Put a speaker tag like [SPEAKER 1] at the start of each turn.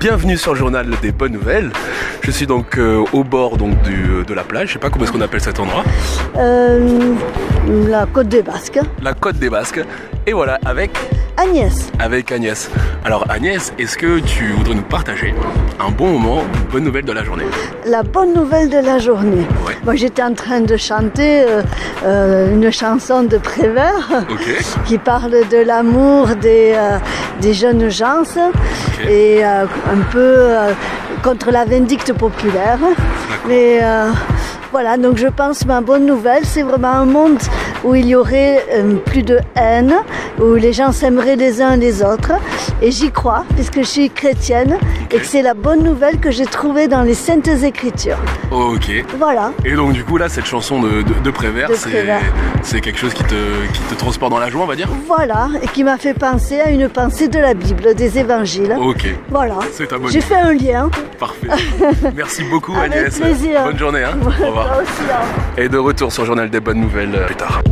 [SPEAKER 1] bienvenue sur le journal des bonnes nouvelles. Je suis donc euh, au bord donc du- euh, de la plage, je sais pas comment est-ce qu'on appelle cet endroit,
[SPEAKER 2] Euh, la Côte des Basques.
[SPEAKER 1] la côte des Basques. Et voilà, avec
[SPEAKER 2] Agnès,
[SPEAKER 1] avec Agnès. Alors Agnès, est-ce que tu voudrais nous partager un bon moment, une bonne nouvelle de la journée
[SPEAKER 2] la bonne nouvelle de la journée.
[SPEAKER 1] Ouais.
[SPEAKER 2] Moi, j'étais en train de chanter euh, euh, une chanson de Prévert
[SPEAKER 1] Ok.
[SPEAKER 2] qui parle de l'amour des, euh, des jeunes gens et euh, un peu euh, contre la vindicte populaire. Mais euh, voilà, donc je pense ma bonne nouvelle, c'est vraiment un monde où il y aurait euh, plus de haine, où les gens s'aimeraient les uns les autres. Et j'y crois, puisque je suis chrétienne et que c'est la bonne nouvelle que j'ai trouvée dans les Saintes Écritures.
[SPEAKER 1] Ok.
[SPEAKER 2] Voilà.
[SPEAKER 1] Et donc du coup là, cette chanson de, de, de Prévert,
[SPEAKER 2] De
[SPEAKER 1] c'est
[SPEAKER 2] Prévert.
[SPEAKER 1] c'est quelque chose qui te, qui te transporte dans la joie, on va dire
[SPEAKER 2] Voilà, et qui m'a fait penser à une pensée de la Bible, des évangiles.
[SPEAKER 1] Ok.
[SPEAKER 2] Voilà.
[SPEAKER 1] C'est ta bonne
[SPEAKER 2] J'ai fait un lien.
[SPEAKER 1] Parfait. Merci beaucoup
[SPEAKER 2] Avec
[SPEAKER 1] Agnès.
[SPEAKER 2] plaisir.
[SPEAKER 1] Bonne journée. Hein Au revoir.
[SPEAKER 2] Toi aussi, hein.
[SPEAKER 1] Et de retour sur le Journal des Bonnes Nouvelles euh, plus tard.